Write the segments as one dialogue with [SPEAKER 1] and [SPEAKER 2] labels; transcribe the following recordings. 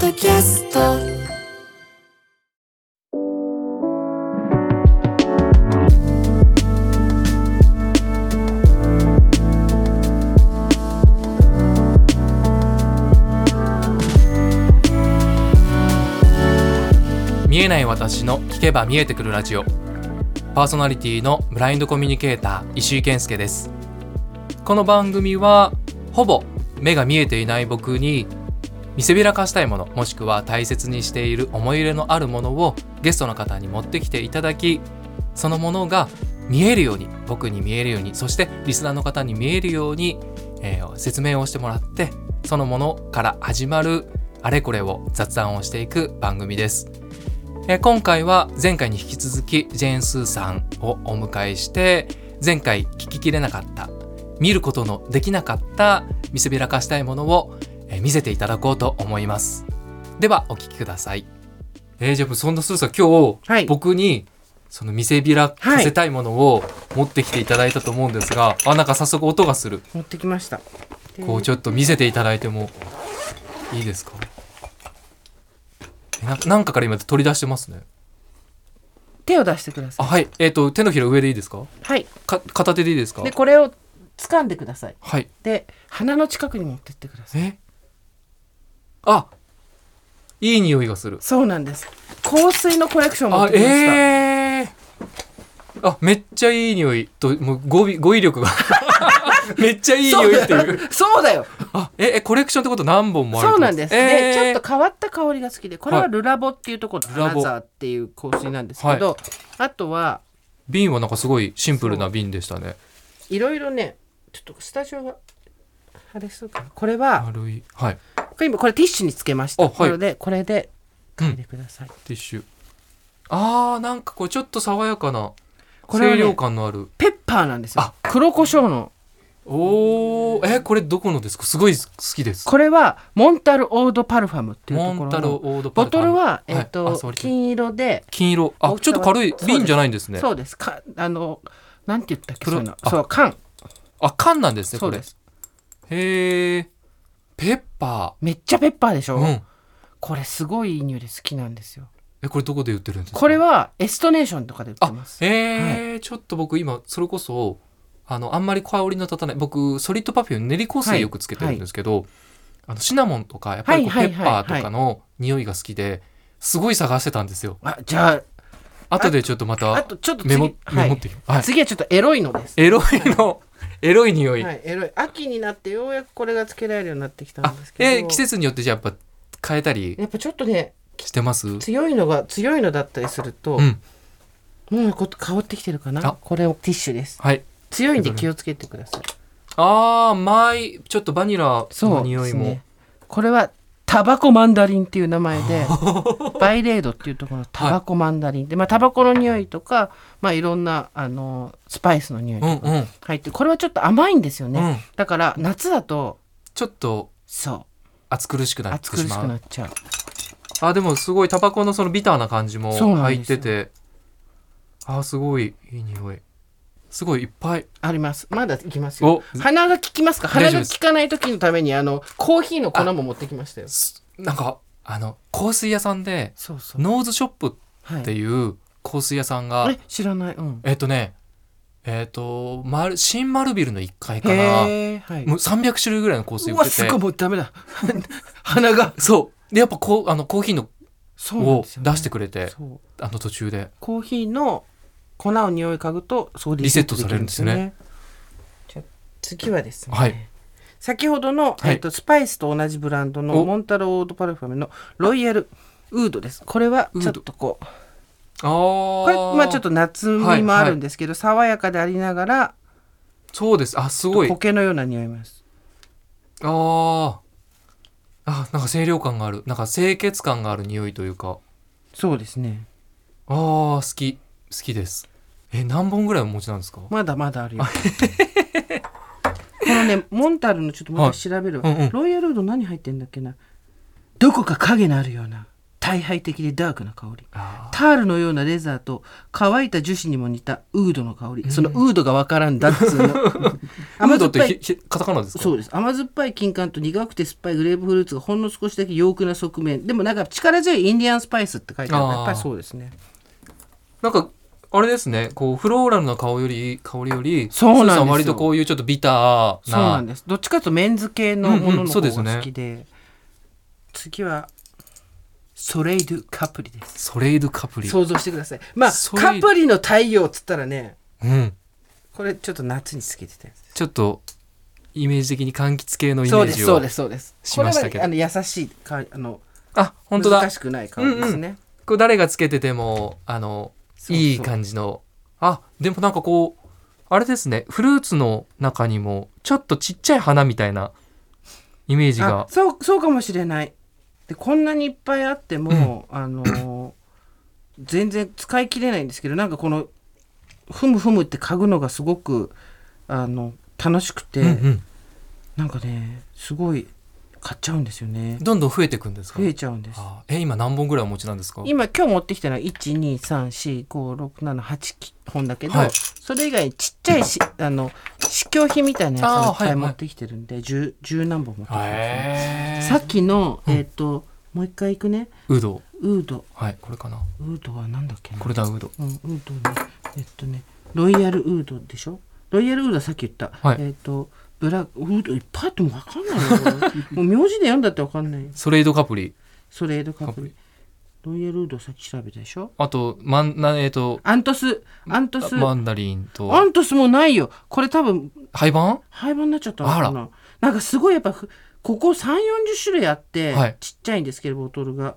[SPEAKER 1] キャスト
[SPEAKER 2] 見えない私の聞けば見えてくるラジオパーソナリティのブラインドコミュニケーター石井健介ですこの番組はほぼ目が見えていない僕に見せびらかしたいものもしくは大切にしている思い入れのあるものをゲストの方に持ってきていただきそのものが見えるように僕に見えるようにそしてリスナーの方に見えるように、えー説明をしてもらってそのものから始まるあれこれを雑談をしていく番組ですえー今回は前回に引き続きジェーン・スーさんをお迎えして前回聞ききれなかった見ることのできなかった見せびらかしたいものを、えー見せていただこうと思いますではお聞きくださいえー、じゃあそんなスーさん今日、
[SPEAKER 3] はい
[SPEAKER 2] 僕にその見せびらかせたいものを持ってきていただいたと思うんですが、あなんか早速音がする
[SPEAKER 3] 持ってきましたで
[SPEAKER 2] こうちょっと見せていただいてもいいですかえななんかから今取り出してますね
[SPEAKER 3] 手を出してくだ
[SPEAKER 2] あ
[SPEAKER 3] さい
[SPEAKER 2] はい、えっ、と手のひら上でいいですか？
[SPEAKER 3] はい
[SPEAKER 2] か片手でいいですか
[SPEAKER 3] で？これを掴んでください
[SPEAKER 2] はい。
[SPEAKER 3] で鼻の近くに持ってってください
[SPEAKER 2] え？あ、いい匂いがする。
[SPEAKER 3] そうなんです香水のコレクションを持っ
[SPEAKER 2] あ、
[SPEAKER 3] てきました、
[SPEAKER 2] ええー。あ、めっちゃいい匂いともう語彙語彙力が めっちゃいい匂いっていう。
[SPEAKER 3] そうだよ
[SPEAKER 2] あ、ええコレクションってこと何本もあるっ
[SPEAKER 3] そ
[SPEAKER 2] て
[SPEAKER 3] う
[SPEAKER 2] こと
[SPEAKER 3] なんです、
[SPEAKER 2] えー
[SPEAKER 3] でちょっと変わった香りが好きでこれ
[SPEAKER 2] は
[SPEAKER 3] はいルラボっていうところの
[SPEAKER 2] ルラボ
[SPEAKER 3] 金沢っていう香水なんですけど、あとは
[SPEAKER 2] 瓶はなんかすごいシンプルな瓶でしたね。
[SPEAKER 3] いろいろねちょっとスタジオがあれするかなこれは
[SPEAKER 2] 丸いはい
[SPEAKER 3] 今これティッシュにつけました
[SPEAKER 2] あはい
[SPEAKER 3] なのでこれで嗅いでください、
[SPEAKER 2] ティッシュ。あーなんかこうちょっと爽やかな、
[SPEAKER 3] これは
[SPEAKER 2] 清
[SPEAKER 3] ね
[SPEAKER 2] 涼感のある。
[SPEAKER 3] ペッパーなんですよ
[SPEAKER 2] あ
[SPEAKER 3] 黒胡椒の
[SPEAKER 2] おお、えこれどこのですか？すごい好きです。
[SPEAKER 3] これはモンタルオードパルファムっていうところ
[SPEAKER 2] モ
[SPEAKER 3] の
[SPEAKER 2] ンタルオード
[SPEAKER 3] ボ
[SPEAKER 2] パルファ
[SPEAKER 3] ト
[SPEAKER 2] ム
[SPEAKER 3] ルは、えっ、
[SPEAKER 2] はい
[SPEAKER 3] と
[SPEAKER 2] あ触りたい
[SPEAKER 3] 金色で、
[SPEAKER 2] 金色あ
[SPEAKER 3] 大き
[SPEAKER 2] ちょ
[SPEAKER 3] さ
[SPEAKER 2] っ
[SPEAKER 3] は
[SPEAKER 2] と軽い
[SPEAKER 3] そうです
[SPEAKER 2] 瓶じゃないんですね
[SPEAKER 3] そうですかあのなんて言ったっけ
[SPEAKER 2] プ
[SPEAKER 3] そ
[SPEAKER 2] ロ
[SPEAKER 3] ういうの
[SPEAKER 2] あ
[SPEAKER 3] そう缶
[SPEAKER 2] あ缶なんですね
[SPEAKER 3] そ
[SPEAKER 2] こ
[SPEAKER 3] う
[SPEAKER 2] れ
[SPEAKER 3] です
[SPEAKER 2] へえペッパ
[SPEAKER 3] めっちゃペッパーでし
[SPEAKER 2] ー
[SPEAKER 3] ょ、
[SPEAKER 2] うん
[SPEAKER 3] これすごいいい匂いで好きなんですよ
[SPEAKER 2] えこれどこで売ってるんですか
[SPEAKER 3] これはエストネーションとかで売って
[SPEAKER 2] あ
[SPEAKER 3] ます
[SPEAKER 2] へえちょっと僕今それこそあのあんまり香りの立たない僕ソリッドパフューム練り香水よくつけてるんですけどあのシナモンとかやっぱりこうペ
[SPEAKER 3] はいはい
[SPEAKER 2] ッ
[SPEAKER 3] はい
[SPEAKER 2] パーとかの匂いが好きですごい探してたんですよ
[SPEAKER 3] あじゃ
[SPEAKER 2] 後でちょっとま
[SPEAKER 3] ああ
[SPEAKER 2] た
[SPEAKER 3] とちょっと次
[SPEAKER 2] メモ
[SPEAKER 3] は
[SPEAKER 2] メ
[SPEAKER 3] い
[SPEAKER 2] モってきますはい
[SPEAKER 3] 次はちょっとエロいのです
[SPEAKER 2] エロいのエロい匂い
[SPEAKER 3] はいエロい秋になってようやくこれがつけられるようになってきた
[SPEAKER 2] あ
[SPEAKER 3] んですけど
[SPEAKER 2] え季節によってじゃあやっぱ変えたり
[SPEAKER 3] やっぱちょっとね
[SPEAKER 2] してます
[SPEAKER 3] 強いのが強いのだったりすると、
[SPEAKER 2] うん
[SPEAKER 3] もうこ香ってきてるか
[SPEAKER 2] あ
[SPEAKER 3] なこれをティッシュです
[SPEAKER 2] はい
[SPEAKER 3] 強いんで気をつけてください
[SPEAKER 2] ああ、前、ちょっとバニラの匂いも。
[SPEAKER 3] ですねこれはタバコマンダリンっていう名前 でバイレードっていうところのタバコマンダリンで、まあ、タバコの匂いとか、まあ、いろんなあのスパイスの匂い
[SPEAKER 2] うん
[SPEAKER 3] とか
[SPEAKER 2] うん。
[SPEAKER 3] 入ってこれはちょっと甘いんですよね、
[SPEAKER 2] うん
[SPEAKER 3] だから夏だと
[SPEAKER 2] ちょっと
[SPEAKER 3] そ
[SPEAKER 2] 暑苦しく
[SPEAKER 3] う
[SPEAKER 2] なって
[SPEAKER 3] 暑苦
[SPEAKER 2] し
[SPEAKER 3] しくな
[SPEAKER 2] まう。
[SPEAKER 3] っちゃう
[SPEAKER 2] あ、でもすごいタバコのそのビターな感じも
[SPEAKER 3] そうなん
[SPEAKER 2] 入
[SPEAKER 3] で
[SPEAKER 2] っ
[SPEAKER 3] すよ
[SPEAKER 2] てて。あーすごいいい匂い。すごいいっぱい。
[SPEAKER 3] ありますまだいきます
[SPEAKER 2] お
[SPEAKER 3] よ鼻が効きますか
[SPEAKER 2] 大丈
[SPEAKER 3] 鼻
[SPEAKER 2] 夫
[SPEAKER 3] が
[SPEAKER 2] で
[SPEAKER 3] 効
[SPEAKER 2] す
[SPEAKER 3] かない時のためにあのコーヒーの粉も持ってきましたよ
[SPEAKER 2] すなんか、あの、香水屋さんで、
[SPEAKER 3] そうそう、
[SPEAKER 2] ノーズショップ
[SPEAKER 3] は
[SPEAKER 2] って
[SPEAKER 3] い、
[SPEAKER 2] いう香水屋さんが
[SPEAKER 3] え、知らないうん
[SPEAKER 2] えっとね、えっと、マル新丸ビルの1階かな。
[SPEAKER 3] へえはい
[SPEAKER 2] もう300種類ぐらいの香水
[SPEAKER 3] う
[SPEAKER 2] 売っ
[SPEAKER 3] わ
[SPEAKER 2] て
[SPEAKER 3] す
[SPEAKER 2] て
[SPEAKER 3] ごい。もうダメだ 鼻が
[SPEAKER 2] そう。で、やっぱこう、あの、コーヒーの
[SPEAKER 3] そうなん
[SPEAKER 2] を
[SPEAKER 3] ですよね
[SPEAKER 2] 出してくれて、
[SPEAKER 3] そう
[SPEAKER 2] あの途中で。
[SPEAKER 3] コーヒーの粉を匂い嗅ぐとそう
[SPEAKER 2] リセットされるんですね
[SPEAKER 3] じゃあ次はですね、
[SPEAKER 2] はい
[SPEAKER 3] 先ほどの、
[SPEAKER 2] はい
[SPEAKER 3] えっとスパイスと同じブランド
[SPEAKER 2] お
[SPEAKER 3] のモンタロードパルファムのロイヤルウードですこれは
[SPEAKER 2] ウー
[SPEAKER 3] ちょ
[SPEAKER 2] ド
[SPEAKER 3] っとこう
[SPEAKER 2] ああ。
[SPEAKER 3] これまあちょっと夏
[SPEAKER 2] はい
[SPEAKER 3] にもあるんですけど、爽やかでありながら
[SPEAKER 2] そうです。あ、すごい。あ
[SPEAKER 3] 苔のような匂います
[SPEAKER 2] あ。あ、なんか清涼感がある。なんか清潔感がある匂いというか。
[SPEAKER 3] そうですね
[SPEAKER 2] ああ、好き。好きです。え、何本ぐらいお持ちなんですか
[SPEAKER 3] まだまだあるよこのねモンタルのちょっとまた調べるわ、
[SPEAKER 2] はいうんうん
[SPEAKER 3] ロイヤルウード何入ってんだっけなどこか影のあるような大敗的でダークな香り
[SPEAKER 2] あ
[SPEAKER 3] タールのようなレザーと乾いた樹脂にも似たウードの香り、そのウードがわからんだっつう の
[SPEAKER 2] ーウー
[SPEAKER 3] 甘酸っぱ
[SPEAKER 2] ドって
[SPEAKER 3] い
[SPEAKER 2] ひひカタカナですか
[SPEAKER 3] そうです甘酸っぱい金柑と苦くて酸っぱいグレープフルーツがほんの少しだけ陽気な側面でもなんか力強いインディアンスパイスって書いてある
[SPEAKER 2] あー
[SPEAKER 3] やっぱりそうですね
[SPEAKER 2] なんかあれですねこうフローラルな香りより香りより
[SPEAKER 3] そうなんですよ
[SPEAKER 2] スーさ割とこういうちょっとビター
[SPEAKER 3] そうなん
[SPEAKER 2] な
[SPEAKER 3] ですどっちかというとメンズ系のも
[SPEAKER 2] うんう
[SPEAKER 3] の
[SPEAKER 2] ん
[SPEAKER 3] の
[SPEAKER 2] そ
[SPEAKER 3] 方
[SPEAKER 2] うですね
[SPEAKER 3] が好きで,、次はソレイドゥ・カプリです
[SPEAKER 2] ソレイドカプリ
[SPEAKER 3] 想像してくださいまあ
[SPEAKER 2] ソレイ
[SPEAKER 3] カプリの太陽っつったらね
[SPEAKER 2] うん
[SPEAKER 3] これちょっと夏につけてたやつ
[SPEAKER 2] ちょっとイメージ的に柑橘系のイメ
[SPEAKER 3] そう
[SPEAKER 2] ー
[SPEAKER 3] です
[SPEAKER 2] ジ
[SPEAKER 3] そ
[SPEAKER 2] を
[SPEAKER 3] うですそうです
[SPEAKER 2] しましたけど
[SPEAKER 3] これはねあの優しい香りあの
[SPEAKER 2] あ本当だ
[SPEAKER 3] 難しくない香りですね、
[SPEAKER 2] これ誰がつけててもあの
[SPEAKER 3] そうそう
[SPEAKER 2] いい感じのあでもなんかこうあれですねフルーツの中にもちょっとちっちゃい花みたいなイメージ
[SPEAKER 3] あ
[SPEAKER 2] が
[SPEAKER 3] そうそうかもしれないでこんなにいっぱいあっても、あのー全然使い切れないんですけどなんかこのふむふむって嗅ぐのがすごくあの楽しくて、
[SPEAKER 2] うんうん
[SPEAKER 3] なんかねすごい買っちゃうんですよね
[SPEAKER 2] どんどん増えていくんですか
[SPEAKER 3] 増えちゃうんです
[SPEAKER 2] あえ今何本ぐらいお持ちなんですか
[SPEAKER 3] 今今日持ってきたのは123456789本だけど、
[SPEAKER 2] はい
[SPEAKER 3] それ以外にちっちゃいしあの試供品みたいなやつをいっ
[SPEAKER 2] あーは
[SPEAKER 3] ぱ
[SPEAKER 2] い
[SPEAKER 3] い
[SPEAKER 2] はい
[SPEAKER 3] 持ってきてるんで十、十何本持ってきてますね、
[SPEAKER 2] へー
[SPEAKER 3] さっきのえっ、ともう一回いくね
[SPEAKER 2] ウド
[SPEAKER 3] ウード
[SPEAKER 2] はいこれかな
[SPEAKER 3] ウードはなんだっけな
[SPEAKER 2] これだウド
[SPEAKER 3] うん、ウードねえっとねロイヤルウードでしょロイヤルウードはさっき言った、
[SPEAKER 2] はい
[SPEAKER 3] えっとブラックウードいっぱいあってもわかんない よもう名字で読んだってわかんない
[SPEAKER 2] ソレイドカプリ
[SPEAKER 3] ソレードカプ
[SPEAKER 2] カ
[SPEAKER 3] リロイヤルウードさっき調べたでしょ
[SPEAKER 2] あとマンなえっと
[SPEAKER 3] アントスアントス
[SPEAKER 2] マンダリン
[SPEAKER 3] ア
[SPEAKER 2] と
[SPEAKER 3] ントスもないよこれ多分
[SPEAKER 2] 廃盤
[SPEAKER 3] 廃盤になっちゃったのか
[SPEAKER 2] あ
[SPEAKER 3] ななんかすごいやっぱふここ3 4 0種類あって、
[SPEAKER 2] はい
[SPEAKER 3] ちっちゃいんですけどボトルが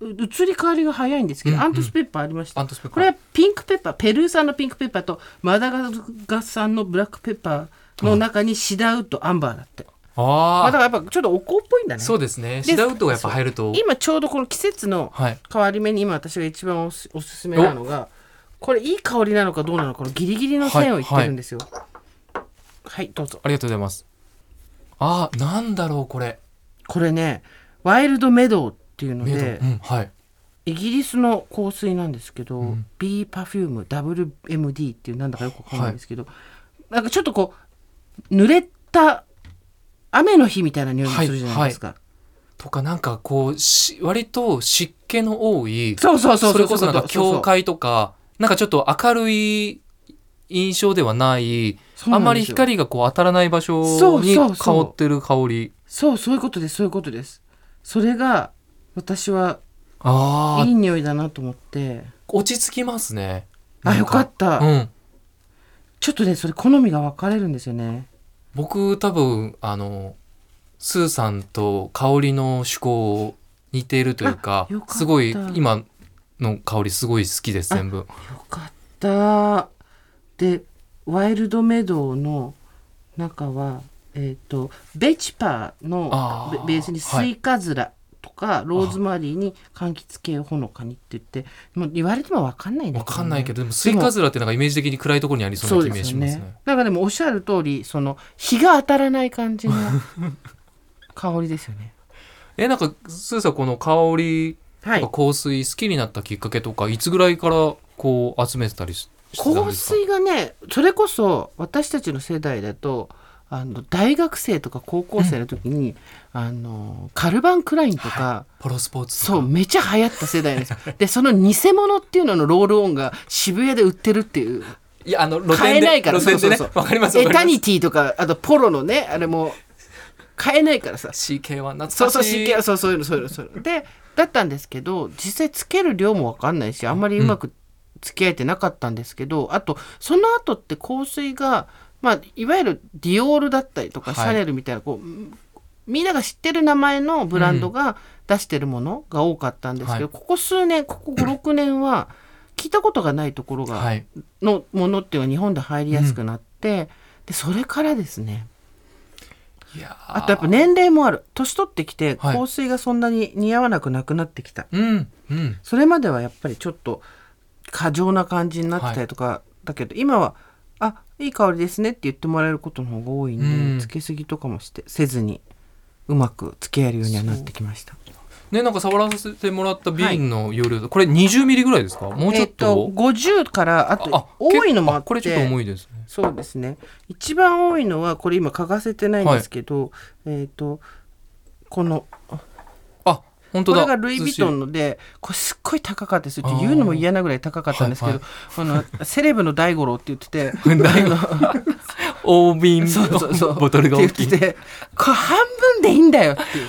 [SPEAKER 3] う移り変わりが早いんですけど、
[SPEAKER 2] うんうん
[SPEAKER 3] アントスペッパーありました
[SPEAKER 2] アントスペッパー
[SPEAKER 3] これはピンクペッパーペルー産のピンクペッパーとマダガスカ産のブラックペッパーの中にシダウッドアンバーだって、まあ、
[SPEAKER 2] あ
[SPEAKER 3] だからやっぱちょっとお香っぽいんだ
[SPEAKER 2] あ
[SPEAKER 3] ね
[SPEAKER 2] そうですねシダウッドがやっぱ入ると
[SPEAKER 3] 今ちょうどこの季節の
[SPEAKER 2] はい
[SPEAKER 3] 変わり目に今私が一番おすおすすめなのがこれいい香りなのかどうなのかのギリギリの線を言ってるんですよはい、どうぞ
[SPEAKER 2] ありがとうございます。あー、なんだろう、これ。
[SPEAKER 3] これねワイルドメドウっていうの
[SPEAKER 2] メイド
[SPEAKER 3] で
[SPEAKER 2] うん、はい。
[SPEAKER 3] イギリスの香水なんですけど、
[SPEAKER 2] ん
[SPEAKER 3] B パフューム WMD っていうなんだかよくわかんないんですけど、なんかちょっとこう濡れた雨の日みたいな匂いがするじゃないですか、
[SPEAKER 2] とか、なんか、こう、し、割と湿気の多い。
[SPEAKER 3] そうそうそう
[SPEAKER 2] それこそ、
[SPEAKER 3] う
[SPEAKER 2] ないん
[SPEAKER 3] う
[SPEAKER 2] か、
[SPEAKER 3] と
[SPEAKER 2] 教会とか、なんか、ちょっと明るい。印象ではない。
[SPEAKER 3] そう
[SPEAKER 2] あ
[SPEAKER 3] なん
[SPEAKER 2] まり
[SPEAKER 3] ですよ
[SPEAKER 2] 光がこう当たらない場所
[SPEAKER 3] そう
[SPEAKER 2] に
[SPEAKER 3] そう
[SPEAKER 2] 香
[SPEAKER 3] そう
[SPEAKER 2] ってる香り。
[SPEAKER 3] そうそういうことですそういうことですそれが私は
[SPEAKER 2] あ
[SPEAKER 3] い
[SPEAKER 2] あ、
[SPEAKER 3] い匂いだなと思って
[SPEAKER 2] 落ち着きますね。
[SPEAKER 3] あよか
[SPEAKER 2] っ
[SPEAKER 3] った、
[SPEAKER 2] うん。
[SPEAKER 3] ちょっとねそれ好みが分かれるんですよね
[SPEAKER 2] 僕、多分、あの。スーさんと香りの趣向。似ているというか
[SPEAKER 3] あよかった
[SPEAKER 2] すごい、今。の香りすごい好きです、全部。
[SPEAKER 3] よかったでワイルドメドウの中はえっ、とベチパー
[SPEAKER 2] あ
[SPEAKER 3] の
[SPEAKER 2] ー
[SPEAKER 3] ベベースにスイカズラとか、ローズマリーに柑橘系をほのかにって言ってもう言われても分かんないんだ
[SPEAKER 2] わかんないけ
[SPEAKER 3] ど
[SPEAKER 2] ど、でもスイカズラってなんかイメージ的に暗いところにありそ
[SPEAKER 3] そうう
[SPEAKER 2] な気
[SPEAKER 3] で
[SPEAKER 2] が
[SPEAKER 3] す
[SPEAKER 2] し
[SPEAKER 3] よ
[SPEAKER 2] ます
[SPEAKER 3] ね
[SPEAKER 2] ね。
[SPEAKER 3] なんかでもおっしゃる通りその日が当たらない感じの香りですよ ね
[SPEAKER 2] え、なんか、スーさんこの香り
[SPEAKER 3] は
[SPEAKER 2] と
[SPEAKER 3] い
[SPEAKER 2] か香水好きになったきっかけとか、いつぐらいからこう集めてたりししてたん
[SPEAKER 3] 香
[SPEAKER 2] ですか
[SPEAKER 3] 水がねそれこそ私たちの世代だとあの大学生とか高校生の時に、あのカルバン・クラインとか、
[SPEAKER 2] パラスポーツと
[SPEAKER 3] そ
[SPEAKER 2] か
[SPEAKER 3] うめちゃ流行った世代なんですよでその偽物っていうののロールオンが渋谷で売ってるっていう
[SPEAKER 2] いや、あの、露
[SPEAKER 3] 買え
[SPEAKER 2] 店
[SPEAKER 3] な
[SPEAKER 2] で、
[SPEAKER 3] いから
[SPEAKER 2] 露店でね
[SPEAKER 3] そうそう、そう
[SPEAKER 2] わかります
[SPEAKER 3] エ
[SPEAKER 2] わか
[SPEAKER 3] タ
[SPEAKER 2] りま
[SPEAKER 3] ニティとかあとポロのねあれも買えないからさ
[SPEAKER 2] す。CK は懐かしい。
[SPEAKER 3] そうそう CK そうそういうのそういうのそういうのでだったんですけど実際つける量も分かんないしあんまりうまく付き合えてなかったんですけど、あとその後って香水が、まあ、いわゆるディオールだったりとか、
[SPEAKER 2] はい
[SPEAKER 3] シャネルみたいなこうみんなが知ってる名前のブランドが出してるものが多かったんですけど、
[SPEAKER 2] はい
[SPEAKER 3] ここ数年こ こ56年は聞いたことがないところが、
[SPEAKER 2] はい。
[SPEAKER 3] のものっていうのが日本で入りやすくなって、でそれからですね
[SPEAKER 2] いやー
[SPEAKER 3] あとやっぱ年齢もある年取ってきて
[SPEAKER 2] はい
[SPEAKER 3] 香水がそんなに似合わなくなくなってきた、
[SPEAKER 2] うん、うん。
[SPEAKER 3] それまではやっぱりちょっと過剰な感じになってたりとか、だけど今は「あいい香りですね」って言ってもらえることの方が多いんで、
[SPEAKER 2] うん
[SPEAKER 3] つけすぎとかもしてせずにうまく付き合えるようにはなってきました。
[SPEAKER 2] ねなんか触らせてもらった瓶の容量、これ20ミリぐらいですかもうちょ
[SPEAKER 3] えー
[SPEAKER 2] っと,、
[SPEAKER 3] 50からあと多いのもあって
[SPEAKER 2] けこれちょっと重いですね
[SPEAKER 3] そうですね一番多いのはこれ今嗅がせてないんですけど、えっ、とこの
[SPEAKER 2] あ本当
[SPEAKER 3] こ
[SPEAKER 2] だ
[SPEAKER 3] れがルイ・ヴィトンのでこれすっごい高かったですよって言うのも嫌なぐらい高かったんですけど、
[SPEAKER 2] はい
[SPEAKER 3] あのセレブの大五郎って言って て
[SPEAKER 2] 大五郎
[SPEAKER 3] あ の
[SPEAKER 2] 大瓶
[SPEAKER 3] そうそうそう
[SPEAKER 2] のボトルが大きい
[SPEAKER 3] って言っててこれ半分でいいんだよっていう。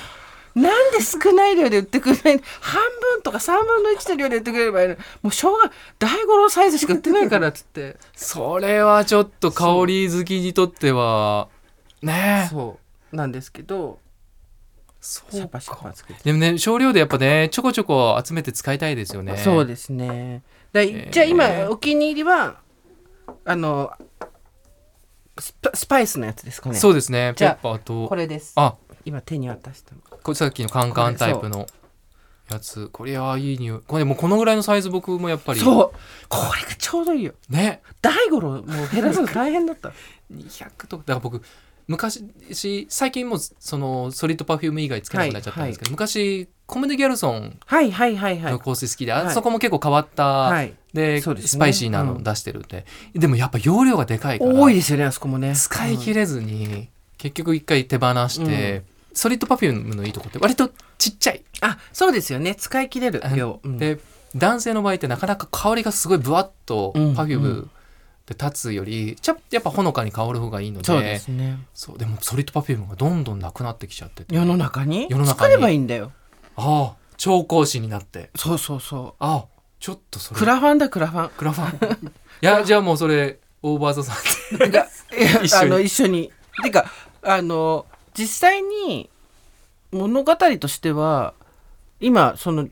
[SPEAKER 3] なんで少ない量で売ってくれない半分とか3分の1の量で売ってくれればいいのもうしょうが大五郎サイズしか売ってないからっつって
[SPEAKER 2] それはちょっと香り好きにとってはねえ
[SPEAKER 3] そうなんですけど
[SPEAKER 2] そ
[SPEAKER 3] シャ
[SPEAKER 2] う
[SPEAKER 3] パシャパつけて、
[SPEAKER 2] でもね少量でやっぱねちょこちょこ集めて使いたいですよね
[SPEAKER 3] そうですねだ
[SPEAKER 2] え
[SPEAKER 3] じゃあ今お気に入りはあのスパスパイスのやつですかね
[SPEAKER 2] そうですね
[SPEAKER 3] じ
[SPEAKER 2] ペ
[SPEAKER 3] ゃあ
[SPEAKER 2] ッパーと
[SPEAKER 3] これです
[SPEAKER 2] あ
[SPEAKER 3] 今手に渡したの
[SPEAKER 2] これさっきのカンカンタイプのやつこれはいい匂いこれもうこのぐらいのサイズ僕もやっぱり
[SPEAKER 3] そうこれがちょうどいいよ
[SPEAKER 2] ね
[SPEAKER 3] 大五郎もう減らすの大変だった
[SPEAKER 2] 200とかだから僕昔し最近もうそのソリッドパフューム以外つけなくなっちゃったんですけど、昔コメディギャルソン
[SPEAKER 3] はいはいはいはい
[SPEAKER 2] の香水好きで、
[SPEAKER 3] は
[SPEAKER 2] あ
[SPEAKER 3] い
[SPEAKER 2] そこも結構変わった、
[SPEAKER 3] はい
[SPEAKER 2] で
[SPEAKER 3] そうですね
[SPEAKER 2] スパイシーな
[SPEAKER 3] う
[SPEAKER 2] の
[SPEAKER 3] ん
[SPEAKER 2] 出してるんで、でもやっぱ容量がでかいから
[SPEAKER 3] 多いですよねあそこもね
[SPEAKER 2] 使い切
[SPEAKER 3] れ、
[SPEAKER 2] れずに結局一回手放して、ソリッドパフュームのいいとこって割とちっちゃい、
[SPEAKER 3] うんあそうですよね使い切れる量、うん
[SPEAKER 2] で男性の場合ってなかなか香りがすごいブワッと
[SPEAKER 3] うん
[SPEAKER 2] パフュー
[SPEAKER 3] う
[SPEAKER 2] ムで立つよりちょやっぱほのかに香る方がいいので
[SPEAKER 3] そうですね
[SPEAKER 2] そうでもソリッドパフュームがどんどんなくなってきちゃってて
[SPEAKER 3] 世の中に
[SPEAKER 2] 世の中
[SPEAKER 3] 作
[SPEAKER 2] に
[SPEAKER 3] ればいいんだよ
[SPEAKER 2] ああ調香師になって
[SPEAKER 3] そうそうそ
[SPEAKER 2] ああちょっとそうれ
[SPEAKER 3] クラファンだクラファン
[SPEAKER 2] クラファンいやじゃあもうそれオーバーザさんで
[SPEAKER 3] いや
[SPEAKER 2] 一緒に
[SPEAKER 3] あの一緒に。てかあの実際に物語としては今その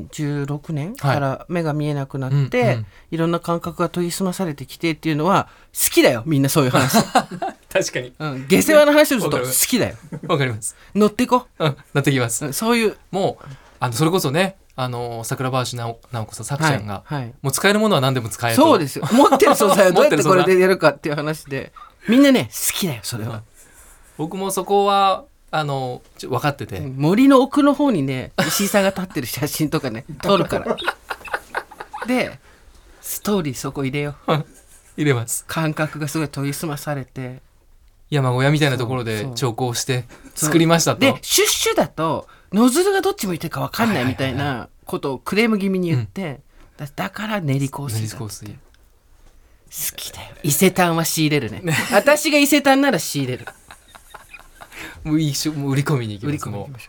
[SPEAKER 3] 2016年から目が見えなくなって、
[SPEAKER 2] うん
[SPEAKER 3] い
[SPEAKER 2] うん
[SPEAKER 3] ろんな感覚が研ぎ澄まされてきてっていうのは好きだよみんなそういう 話、
[SPEAKER 2] 確かに
[SPEAKER 3] うん、下世話の話をすると
[SPEAKER 2] わ
[SPEAKER 3] 好
[SPEAKER 2] かる
[SPEAKER 3] きだよ
[SPEAKER 2] わかります
[SPEAKER 3] 乗っていこ
[SPEAKER 2] うんなってきま
[SPEAKER 3] う
[SPEAKER 2] す
[SPEAKER 3] うんそういう
[SPEAKER 2] もうあのそれこそねあの桜林直直子さんさくちゃんが、
[SPEAKER 3] はいはい
[SPEAKER 2] もう使えるものは何でも使えと
[SPEAKER 3] そうですよ持ってる素材をどうやっ
[SPEAKER 2] 持ってる
[SPEAKER 3] て
[SPEAKER 2] 素
[SPEAKER 3] こ
[SPEAKER 2] 材
[SPEAKER 3] れでやるかっていう話でみんなね好きだよそれは、
[SPEAKER 2] 僕もそこはあのちょ分かってて、
[SPEAKER 3] うん森の奥の方にね石井さんが立ってる写真とか ね撮るからでストーリーそこ入れよう
[SPEAKER 2] 入れます
[SPEAKER 3] 感覚がすごい研ぎ澄まされて
[SPEAKER 2] 山小屋みたいなところで
[SPEAKER 3] そう
[SPEAKER 2] 調香して
[SPEAKER 3] そう
[SPEAKER 2] 作りましたと
[SPEAKER 3] でシュッシュだとノズルがどっち向いてるか分かんないみたい
[SPEAKER 2] はいは
[SPEAKER 3] なことをクレーム気味に言って、だだから練り香
[SPEAKER 2] 練
[SPEAKER 3] 水
[SPEAKER 2] り
[SPEAKER 3] だ
[SPEAKER 2] 香水
[SPEAKER 3] 好きだよ伊勢丹は仕入れるね私が伊勢丹なら仕入れる
[SPEAKER 2] もう一緒もう売り込みに行き
[SPEAKER 3] 売
[SPEAKER 2] ま
[SPEAKER 3] り
[SPEAKER 2] す
[SPEAKER 3] 込み行
[SPEAKER 2] も
[SPEAKER 3] きましょ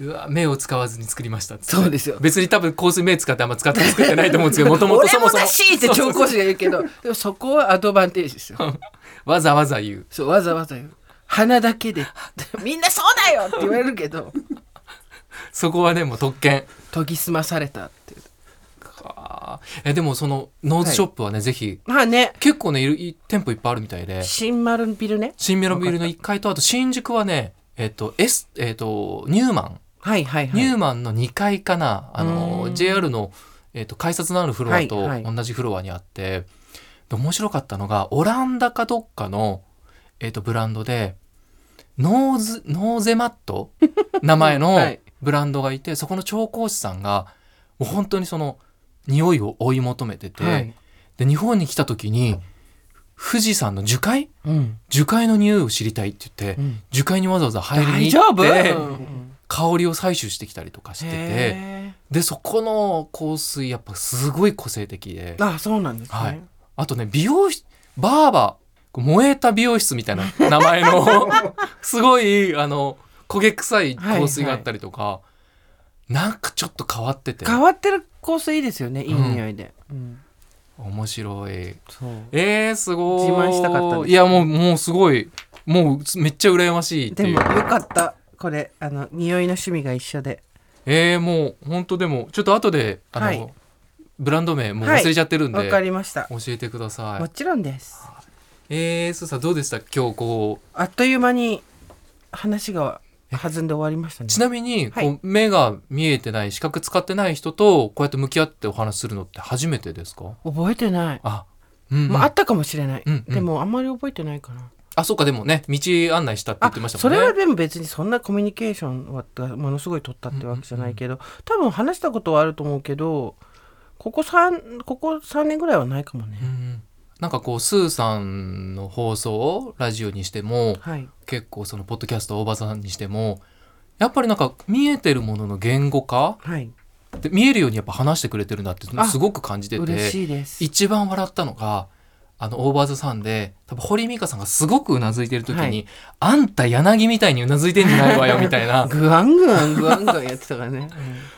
[SPEAKER 3] う
[SPEAKER 2] ううわ目を使わずに作りましたっつって
[SPEAKER 3] そうですよ
[SPEAKER 2] 別に多分香水目使ってあんま使って作ってないと思うんで すけどもともとそもそ
[SPEAKER 3] 俺
[SPEAKER 2] も
[SPEAKER 3] もだしって調香師が言うけどでもそこはアドバンテージですよ
[SPEAKER 2] わざわざ言う
[SPEAKER 3] そうわざわざよ鼻だけで みんなそうだよって言われるけど
[SPEAKER 2] そこはねもう特権
[SPEAKER 3] 研ぎ澄まされたっていう
[SPEAKER 2] かえでもそのノーズショップはね、ぜひ
[SPEAKER 3] まあね
[SPEAKER 2] 結構ねいるい店舗いっぱいあるみたいで
[SPEAKER 3] 新丸ビルね
[SPEAKER 2] 新メロビルの1階とあと新宿はねえっ、と S えっ、とニューマン、
[SPEAKER 3] はいはいは
[SPEAKER 2] ニュ
[SPEAKER 3] い
[SPEAKER 2] ーマンの2階かなあ
[SPEAKER 3] う
[SPEAKER 2] の
[SPEAKER 3] ん
[SPEAKER 2] JR の、えっと改札のあるフロアと
[SPEAKER 3] はいはい
[SPEAKER 2] 同じフロアにあって、で面白かったのがオランダかどっかの、えっとブランドでノーズノーゼマッ ト名前の
[SPEAKER 3] はい
[SPEAKER 2] ブランドがいて、そこの調香師さんがもう本当にその匂いを追い求めてて、
[SPEAKER 3] はい
[SPEAKER 2] で日本に来た時に富士山の樹海
[SPEAKER 3] うん
[SPEAKER 2] 樹海の匂いを知りたいって言って、
[SPEAKER 3] うん
[SPEAKER 2] 樹海にわざわざ入り
[SPEAKER 3] 大
[SPEAKER 2] に
[SPEAKER 3] 丈
[SPEAKER 2] 行っ
[SPEAKER 3] 夫
[SPEAKER 2] て、
[SPEAKER 3] うん
[SPEAKER 2] 香りを採取してきたりとかしてて
[SPEAKER 3] へ
[SPEAKER 2] でそこの香水やっぱすごい個性的で
[SPEAKER 3] ーあそうなんですね、
[SPEAKER 2] はいあとね美容室バーバー燃えた美容室みた いな名前のすごいあの焦げ臭い香水があったりとか、なんかちょっと変わってて
[SPEAKER 3] 変わってる香水いいですよねいい
[SPEAKER 2] うん
[SPEAKER 3] 匂いで、うん
[SPEAKER 2] 面白い
[SPEAKER 3] そう
[SPEAKER 2] えー、すごい
[SPEAKER 3] 自慢したかったんです
[SPEAKER 2] いやもうもうすごいもうめっちゃ羨ましいって
[SPEAKER 3] で
[SPEAKER 2] いう
[SPEAKER 3] もよかったこれあの匂いの趣味が一緒で
[SPEAKER 2] えー、もう本当でもちょっと後であの、
[SPEAKER 3] はい
[SPEAKER 2] ブランド名もう忘れちゃってるんで、
[SPEAKER 3] わかりました
[SPEAKER 2] 教えてください、
[SPEAKER 3] もちろんです
[SPEAKER 2] えー、すーさんどうでした今日こ
[SPEAKER 3] あっという間に話が弾んで終わりましたね
[SPEAKER 2] うちなみに、
[SPEAKER 3] はい
[SPEAKER 2] こう目が見えてない視覚使ってない人とこうやって向き合ってお話しするのって初めてですか
[SPEAKER 3] 覚えてない
[SPEAKER 2] あうん、うん
[SPEAKER 3] まあ、あったかもしれない、
[SPEAKER 2] うんうん
[SPEAKER 3] でもあんまり覚えてないかな
[SPEAKER 2] ああそうかでもね道案内したって言ってました
[SPEAKER 3] そ
[SPEAKER 2] もんね
[SPEAKER 3] れはでも別にそんなコミュニケーションはものすごい取ったってわけじゃないけど、多分話したことはあると思うけどここ3ここ3年ぐらいはないかもね、
[SPEAKER 2] うんなんかこうスーさんの放送をラジオにしても
[SPEAKER 3] はい
[SPEAKER 2] 結構そのポッドキャスト大場さんにしてもやっぱりなんか見えてるものの言語化
[SPEAKER 3] はい
[SPEAKER 2] で見えるようにやっぱ話してくれてるなって
[SPEAKER 3] あ
[SPEAKER 2] すごく感じて
[SPEAKER 3] 嬉
[SPEAKER 2] て
[SPEAKER 3] しいです
[SPEAKER 2] 一番笑ったのがあのオーバーズさんで多分堀井美香さんがすごくうなずいてる時に、
[SPEAKER 3] はい
[SPEAKER 2] あんた柳みたいにうなずいてんじゃないわよみた いな
[SPEAKER 3] グワングワングワングワンやってたから ね、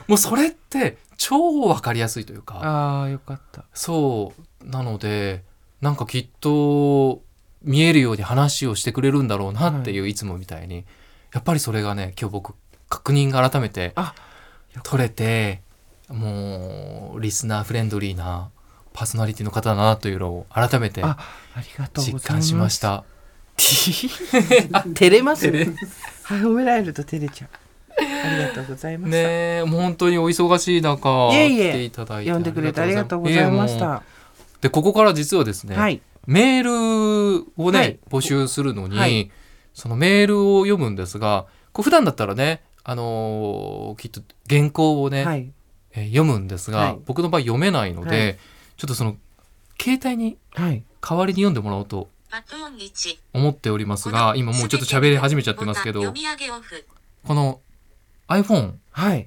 [SPEAKER 2] もうそれって超わかりやすいというか
[SPEAKER 3] ああよかった
[SPEAKER 2] そうなのでなんかきっと見えるように話をしてくれるんだろうなっていう、い、つもみたいにやっぱりそれがね今日僕確認が改めて
[SPEAKER 3] あ
[SPEAKER 2] 取れてもうリスナーフレンドリーなパーソナリティの方だなというのを改めて
[SPEAKER 3] あありがとうございま
[SPEAKER 2] 実
[SPEAKER 3] す
[SPEAKER 2] 感しました
[SPEAKER 3] あ照れます
[SPEAKER 2] 照
[SPEAKER 3] ねはい褒められると照れちゃうありがとうございました、
[SPEAKER 2] ねえもう本当にお忙しい中
[SPEAKER 3] いえいえ
[SPEAKER 2] 来ていただいて
[SPEAKER 3] 呼んでくれてありがとうございまし
[SPEAKER 2] ええも
[SPEAKER 3] た、
[SPEAKER 2] うでここから実はですね、
[SPEAKER 3] はい
[SPEAKER 2] メールをね、
[SPEAKER 3] はい
[SPEAKER 2] 募集するのに、
[SPEAKER 3] はい
[SPEAKER 2] そのメールを読むんですがこう普段だったらね、あのーきっと原稿をね、
[SPEAKER 3] はい
[SPEAKER 2] えー読むんですが、
[SPEAKER 3] はい
[SPEAKER 2] 僕の場合読めないので、
[SPEAKER 3] はい
[SPEAKER 2] ちょっとその携帯に
[SPEAKER 3] はい
[SPEAKER 2] 代わりに読んでもらおうと
[SPEAKER 1] パトーン1。
[SPEAKER 2] 思っておりますが今もうちょっと喋り始めちゃってますけ
[SPEAKER 1] ボタ
[SPEAKER 2] ど
[SPEAKER 1] ン読み上げオフ。
[SPEAKER 2] この iPhone、
[SPEAKER 3] はい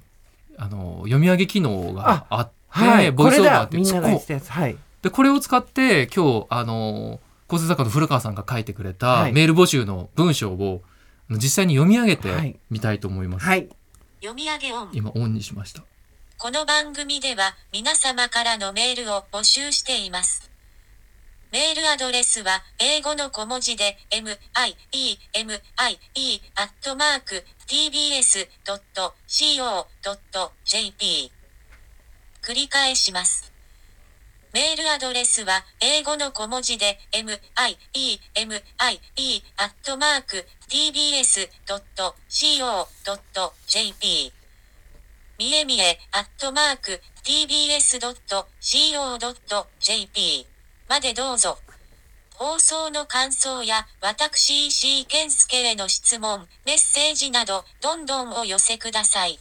[SPEAKER 2] あのー読み上げ機能があって
[SPEAKER 3] はい、
[SPEAKER 2] ボ
[SPEAKER 3] こ
[SPEAKER 2] イ
[SPEAKER 3] れ
[SPEAKER 2] スオーバー
[SPEAKER 3] だ
[SPEAKER 2] ってい
[SPEAKER 3] みんなが
[SPEAKER 2] う
[SPEAKER 3] 言
[SPEAKER 2] こ
[SPEAKER 3] ってたやつはい
[SPEAKER 2] でこれを使って今日あの小説作家の古川さんが書いてくれた
[SPEAKER 3] はい
[SPEAKER 2] メール募集の文章をあの実際に読み上げ
[SPEAKER 3] はい
[SPEAKER 2] てみたいと思います、
[SPEAKER 3] はい
[SPEAKER 1] 読み上げオン。
[SPEAKER 2] 今オンにしました
[SPEAKER 1] この番組では皆様からのメールを募集しています。メールアドレスは英語の小文字で m i e m i e アットマーク tbs c o j p 繰り返します。メールアドレスは英語の小文字で m i e m i e アットマーク tbs c o j p みえみえ、アットマーク、tbs.co.jp までどうぞ。放送の感想や、私石井健介への質問、メッセージなど、どんどんお寄せください。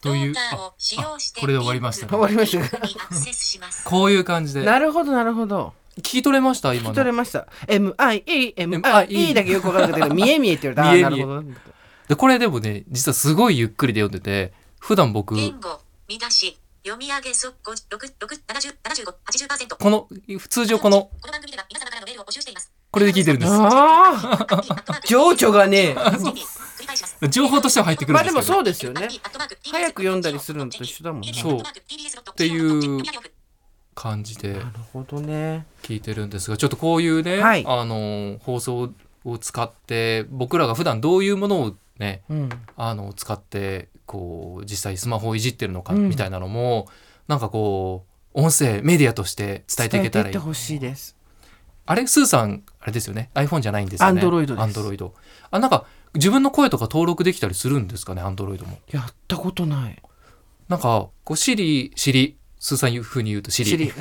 [SPEAKER 2] という
[SPEAKER 1] ローター
[SPEAKER 2] あ
[SPEAKER 1] を使用し
[SPEAKER 2] あ
[SPEAKER 1] て
[SPEAKER 2] これで終わりました
[SPEAKER 3] 終わりました
[SPEAKER 1] リンクにアクセスします。
[SPEAKER 2] こういう感じで
[SPEAKER 3] なるほどなるほど
[SPEAKER 2] 聞き取れました今
[SPEAKER 3] 聞き取れ
[SPEAKER 2] の
[SPEAKER 3] ました MIEMIE だけよくわかるけど見え見えって言われたあーなるほど
[SPEAKER 2] でこれでもね実はすごいゆっくりで読んでて普段僕
[SPEAKER 1] 言語、見出し、読み上げ速攻、6、6、70、75、80%。
[SPEAKER 2] この通常この
[SPEAKER 1] この番組では皆様からのメールを募集しています。
[SPEAKER 2] これで聞いてるんです
[SPEAKER 3] あー 情緒がね
[SPEAKER 2] 情報としては入ってく
[SPEAKER 3] ま
[SPEAKER 2] る
[SPEAKER 3] あ
[SPEAKER 2] んで
[SPEAKER 3] ですも
[SPEAKER 2] けど、
[SPEAKER 3] そうですよね早く読んだりするのと一緒だもんね
[SPEAKER 2] そうっていう感じで
[SPEAKER 3] なるほどね
[SPEAKER 2] 聞いてるんですがちょっとこういうね、
[SPEAKER 3] はい
[SPEAKER 2] あの放送を使って僕らが普段どういうものをね
[SPEAKER 3] うん
[SPEAKER 2] あの使ってこう実際スマホをいじってるのか
[SPEAKER 3] うん
[SPEAKER 2] みたいなのも、なんかこう音声メディアとして伝えていけたらい
[SPEAKER 3] 伝え
[SPEAKER 2] い
[SPEAKER 3] てほしいです
[SPEAKER 2] あれスーさんあれですよね iPhone じゃないんですよね
[SPEAKER 3] Android です
[SPEAKER 2] Android あなんか自分の声とか登録できたりするんですかね Android も
[SPEAKER 3] やったことない
[SPEAKER 2] なんかこう Siri Siri スーさんいう風に言うと Siri,
[SPEAKER 3] 知り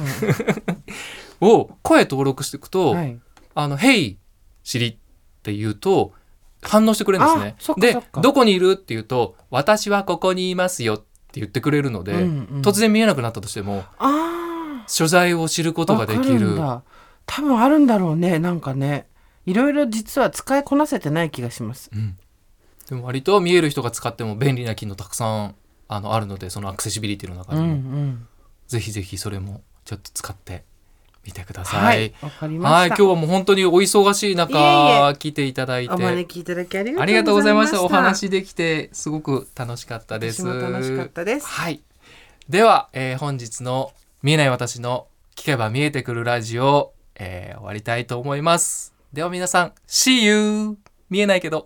[SPEAKER 2] を声登録していくと、
[SPEAKER 3] はい
[SPEAKER 2] あの、Hey, シリって言うと、反応してくれるんです
[SPEAKER 3] あ
[SPEAKER 2] ね
[SPEAKER 3] そっ。かそ
[SPEAKER 2] で
[SPEAKER 3] っ、か
[SPEAKER 2] どこにいるって言うと、私はここにいますよって言ってくれるので、
[SPEAKER 3] うんうん
[SPEAKER 2] 突然見えなくなったとしても、
[SPEAKER 3] ああ
[SPEAKER 2] 所在を知ることができる。
[SPEAKER 3] 多分あるんだろうねなんかねいろいろ実は使いこなせてない気がします
[SPEAKER 2] うんでも割と見える人が使っても便利な機能たくさんあのあるので、そのアクセシビリティの中
[SPEAKER 3] う
[SPEAKER 2] で
[SPEAKER 3] んう
[SPEAKER 2] も、
[SPEAKER 3] ん
[SPEAKER 2] ぜひぜひそれもちょっと使ってみてくださ。
[SPEAKER 3] はいいわかり
[SPEAKER 2] は
[SPEAKER 3] ました
[SPEAKER 2] い、今日はもう本当にお忙しい中、
[SPEAKER 3] いえい
[SPEAKER 2] 来ていただいて。
[SPEAKER 3] お招きいただきあり
[SPEAKER 2] ありがとうございました。お
[SPEAKER 3] 話
[SPEAKER 2] 話できてすごく楽しかったです。
[SPEAKER 3] 私も楽しかったです
[SPEAKER 2] はい。では、えー本日の見えない私の聞けば見えてくるラジオ、えー終わりたいと思います。では皆さん、See you! 見えないけど。